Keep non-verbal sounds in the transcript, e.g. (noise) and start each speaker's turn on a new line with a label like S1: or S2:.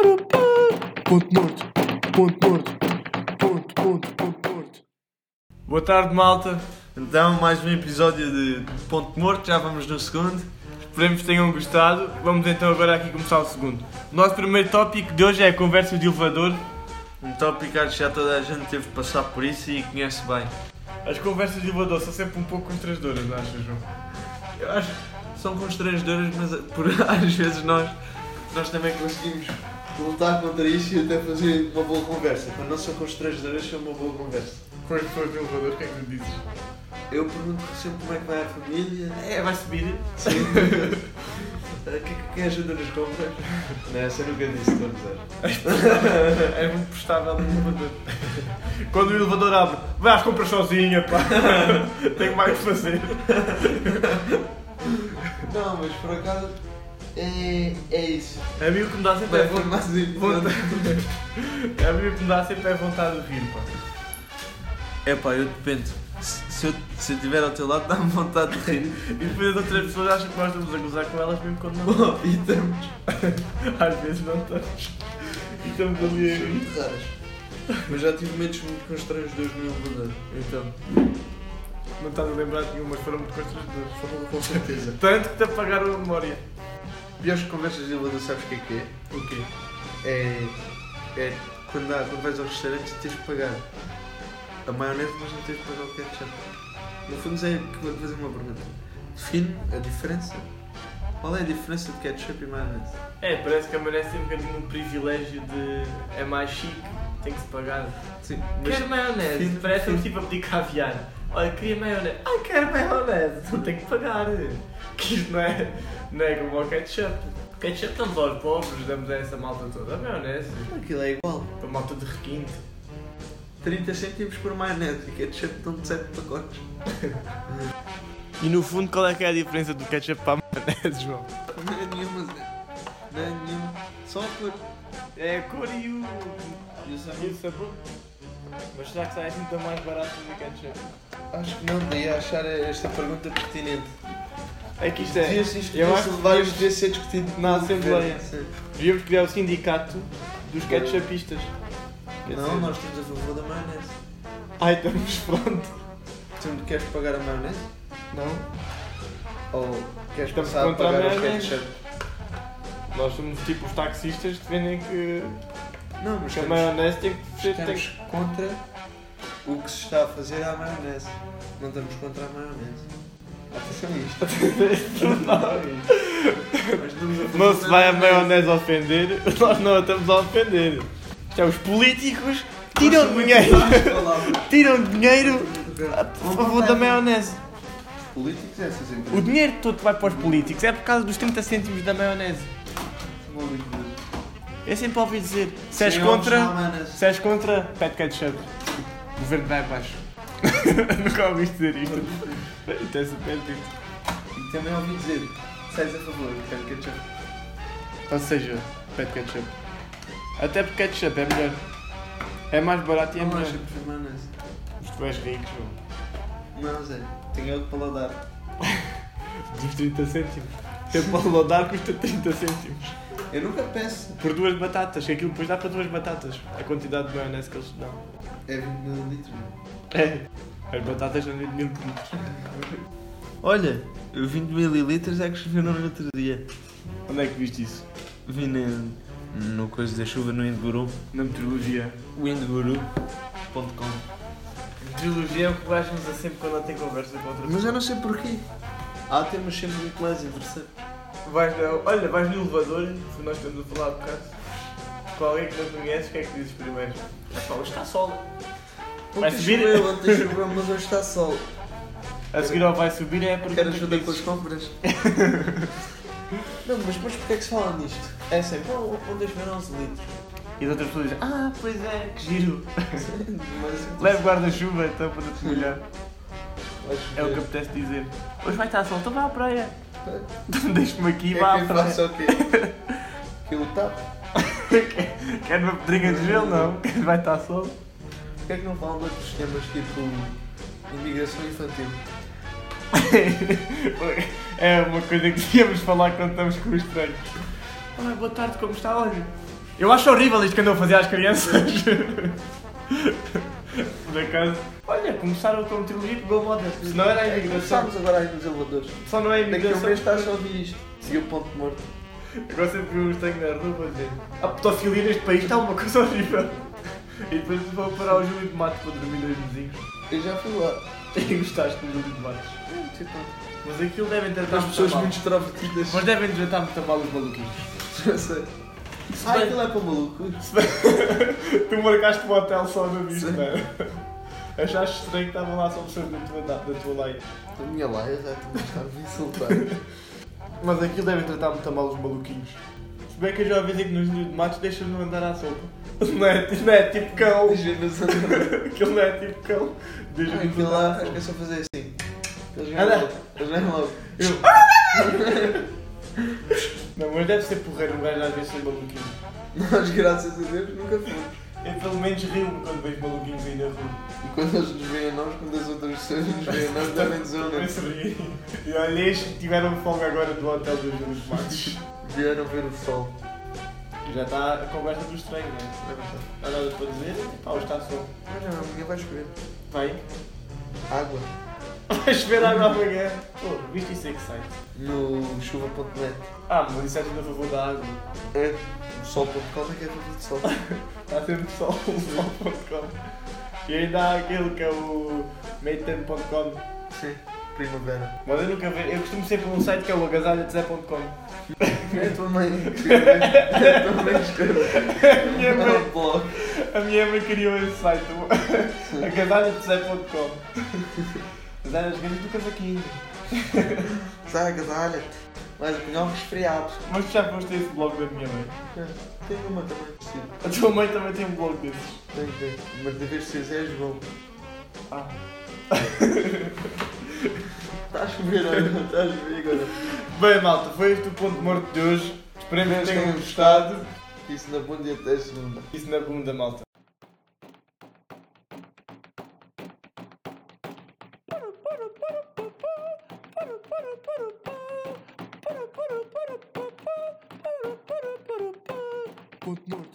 S1: Ponto morto, ponto morto, ponto, ponto, ponto morto.
S2: Boa tarde, malta.
S3: Então, mais um episódio de Ponto Morto, já vamos no segundo.
S2: Esperemos que tenham gostado. Vamos então agora aqui começar o segundo. O nosso primeiro tópico de hoje é a conversa de elevador.
S3: Um tópico acho que já toda a gente teve de passar por isso e conhece bem.
S2: As conversas de elevador são sempre um pouco constrangedoras, não achas, João?
S3: Eu acho que são constrangedoras, mas eh, por, (laughs) às vezes nós, nós também conseguimos lutar contra isso e até fazer uma boa conversa. Quando não são constrangedoras, são uma boa conversa.
S2: Com as pessoas do elevador, o que é que tu dizes?
S3: Eu pergunto sempre como é que vai a família.
S2: É, vai subir.
S3: Sim. (laughs) Eh, Quem, quem ajuda nas compras? Não, essa eu nunca disse, estou a gozar.
S2: É muito prestável no elevador. Quando o elevador abre, vai às compras sozinha, pá. (laughs) Tenho mais que fazer.
S3: Não, mas por acaso é, é isso.
S2: A mim o que me dá sempre é,
S3: Vai vou mais
S2: vontade. a mim o que me dá sempre (laughs) é vontade de rir, pá.
S3: É pá, eu dependo. Se se eu se eu estiver ao teu lado, dá-me vontade de rir.
S2: (laughs) E depois as outras pessoas acham que nós estamos a gozar com elas mesmo quando não.
S3: Bom, e estamos
S2: (laughs) Às vezes não estamos. E estamos ali a rir.
S3: muito raros. Mas já tive momentos muito constrangedores no elevador.
S2: Então. Não estás a lembrar de nenhuma, mas foram muito constrangedoras.
S3: Com certeza.
S2: Tanto que te apagaram a memória.
S3: Piores conversas de elevador, sabes o que é que é?
S2: O quê?
S3: É. É quando, há, quando vais ao restaurante tens de pagar a maionese, mas não tens de pagar o ketchup. No fundo, é que vou te fazer uma pergunta. Define a diferença. Qual é a diferença de ketchup e maionese?
S2: É, parece que a maionese tem um bocadinho um privilégio de. é mais chique, tem que se pagar.
S3: Sim,
S2: Quero maionese,
S3: Sim.
S2: parece um tipo a pedir caviar. Olha, queria maionese. Ai, quero maionese, não tenho que pagar. Que isto não é, não é como o ketchup. O ketchup damos aos pobres, damos a essa malta toda. A maionese,
S3: aquilo é igual.
S2: a malta de requinte.
S3: 30 cêntimos por maionese e ketchup dão-te 7 pacotes.
S2: E no fundo, qual é que é a diferença do ketchup para a maionese, João?
S3: (laughs) Não é nenhuma, Zé. Não é nenhuma. Só a cor.
S2: É a cor e o,
S3: E o
S2: e
S3: sabor?
S2: o sabor. Mas será que sai assim tão mais barato do que ketchup?
S3: Acho que não devia achar esta pergunta pertinente.
S2: É que isto
S3: Devia se
S2: eu acho
S3: isto
S2: que
S3: levar
S2: devíamos-
S3: devia ser discutido
S2: na
S3: no
S2: Assembleia.
S3: governo, sim.
S2: Devíamos criar o sindicato dos ketchupistas. Quer
S3: Não,
S2: dizer-
S3: nós estamos a favor da maionese.
S2: Ai, estamos pronto.
S3: Tu me queres pagar a maionese?
S2: Não?
S3: Ou queres
S2: Estamos
S3: passar a
S2: contra a
S3: pagar o
S2: maionese.
S3: ketchup?
S2: Nós somos tipo os taxistas que vendem que
S3: Não, mas
S2: que a
S3: estamos,
S2: maionese tem que ser. Tem...
S3: estamos
S2: que-
S3: contra o que se está a fazer à maionese. Não estamos contra a maionese. Atenção a
S2: (laughs)
S3: isto. Mas estamos a favor
S2: Não se
S3: da
S2: vai a maionese ofender, (laughs) nós não a estamos a ofender. Isto é os políticos que tiram dinheiro,
S3: Palavras
S2: tiram dinheiro
S3: do governo.
S2: a favor da maionese.
S3: Políticos é essas
S2: O
S3: empresas.
S2: dinheiro todo que vai para os políticos é por causa dos 30 cêntimos da maionese. Eu sempre ouvi dizer, se és
S3: Sem ovos
S2: contra,
S3: não há maionese.
S2: se és contra, pede ketchup. O governo vai abaixo. (laughs) Nunca ouviste dizer isto. Isto é super triste.
S3: E também ouvi dizer, se és a favor, quero ketchup.
S2: Ou seja, pede ketchup. Até porque ketchup é melhor. É mais barato e é
S3: Não
S2: melhor.
S3: acho que foi maionese.
S2: Mas tu és rico, João.
S3: Não, Zé, tenho outro paladar.
S2: Dos 30 cêntimos. (laughs) Até para lodar custa 30 cêntimos.
S3: Eu nunca peço.
S2: Por duas batatas, que aquilo depois dá para duas batatas. A quantidade de maionese que eles te dão. (laughs)
S3: É 20 mililitros.
S2: É. As batatas são de mil pontos.
S3: Olha, 20 mililitros é que escrevi no outro dia.
S2: Onde é que viste isso?
S3: Vi no, no Coisa da Chuva, no Endguru.
S2: Na meteorologia.
S3: Endguru.com
S2: Meteorologia é o que o gajo usa sempre quando tem conversa com outra
S3: Mas eu não sei porquê. Há temas sempre um muito mais interessantes.
S2: Vais no, olha, vais no elevador, se nós estamos a falar há bocado, com alguém que não conheces, o que é que dizes primeiro? Mas
S3: É
S2: fala, está sol. Vai
S3: Ontem
S2: subir?
S3: choveu, ontem choveu, mas hoje está sol.
S2: A seguir ao vai subir é porque.
S3: Quero ajuda com as compras? não, mas depois porquê é que se fala nisto? É sempre, oh, onde choveram 11 litros? (laughs)
S2: E as outras pessoas dizem, ah, pois é, que giro.
S3: Mas, assim, tipo,
S2: Leve guarda-chuva então para não te molhar.
S3: vai
S2: É o
S3: chover.
S2: que apetece dizer. Hoje vai estar sol, então vá à praia. (laughs)
S3: É.
S2: Então Deixa-me aqui e
S3: Quem
S2: vá
S3: é
S2: à
S3: que
S2: praia.
S3: faça o quê? Que eu tapo?
S2: Quero uma pedrinha de gelo,
S3: (laughs)
S2: não? Que Vai estar sol.
S3: Porquê é que não falam de outros temas tipo imigração infantil?
S2: é uma coisa que devíamos falar quando estamos com os estranhos. Olá, boa tarde, como está? Olha, eu acho horrível isto que andam a fazer às crianças. Por acaso, olha, começaram a um contribuir com a moda. Se não era a imigração,
S3: Começámos agora aí nos elevadores.
S2: só não é a
S3: Daqui a um mês
S2: imigração.
S3: estás a ouvir isto. E o ponto morto.
S2: Agora sempre que um eu os tenho na rua, vou dizer, a pedofilia neste país está uma coisa horrível. E depois vou parar o Júlio de Matos para dormir nos vizinhos.
S3: Eu já fui lá.
S2: E gostaste do Júlio de Matos.
S3: Tipo,
S2: Mas aquilo devem tratar
S3: as
S2: muito
S3: pessoas
S2: a mal.
S3: muito extrovertidas.
S2: Tá,
S3: (laughs)
S2: Mas devem tratar muito a mal os maluquinhos.
S3: Eu sei. Ah,
S2: bem-
S3: aquilo é para malucos.
S2: Tu marcaste o hotel só no
S3: Sim.
S2: não é? (laughs) Achaste estranho que estavam lá só pessoas da tua, da, da tua lei.
S3: A minha laia já estava a insultar. (laughs)
S2: Mas aquilo devem tratar muito a mal os maluquinhos. Se bem que eu já ouvi dizer que nos Ninhos de matos deixam-no andar à sopa. Não é, não é tipo cão.
S3: Deixa-nos andar.
S2: Aquilo não é tipo cão. Deixa-nos
S3: Aquilo
S2: andar à
S3: lá,
S2: sopa.
S3: acho que é só fazer assim. Eles vêm
S2: Anda.
S3: logo. Eles vêm logo.
S2: Eu... Não, mas deve ser porreiro um gajo às vezes ser maluquinho.
S3: Nós, graças a Deus, nunca fomos.
S2: Eu pelo menos rio-me quando vejo maluquinhos aí na rua.
S3: E quando eles nos veem a nós, quando as outras pessoas nos
S2: É,
S3: veem a nós, também nos
S2: Eu
S3: ouvem.
S2: sorri. E olha, estes tiveram folga agora do hotel dos Júlios Matos.
S3: Vieram ver o sol.
S2: Já está a conversa do estranho, não é? Há nada para dizer? Pá, hoje está sol.
S3: Olha, amanhã vai chover.
S2: Vai. (laughs)
S3: Água.
S2: Vai chover água amanhã. Pô, viste isso é que sai.
S3: No chuva.net.
S2: Ah, mas isso é tudo a favor da água.
S3: É. O sol.com é que é fazer de sol.
S2: Está sempre sol. sol.com. um E ainda há aquele que é o meitem.com.
S3: Sim. Primavera.
S2: Mas eu nunca vejo. Eu costumo sempre um site que é o agasalhotezé.com.
S3: É a tua mãe. É a tua mãe (laughs) escreve.
S2: Minha mãe.
S3: É o blog.
S2: A minha mãe criou esse site, o- (laughs) agasalhotezé.com. Mas é, era as ganas do casaquinho.
S3: Zaga, olha. Mais um resfriado.
S2: Mas tu já foste a esse blog da minha mãe.
S3: Tem uma também. Sim.
S2: A tua mãe também tem um blog desses.
S3: Tem, tem. Mas de vez se é João.
S2: Ah.
S3: (laughs) Está a chover agora, está a chover agora.
S2: Bem, malta, foi este o ponto morto de hoje. Esperemos que
S3: Espero que
S2: tenham
S3: tenham
S2: gostado.
S3: um Isso na bunda e até a segunda.
S2: Isso na bunda, malta.
S1: Ponto morto.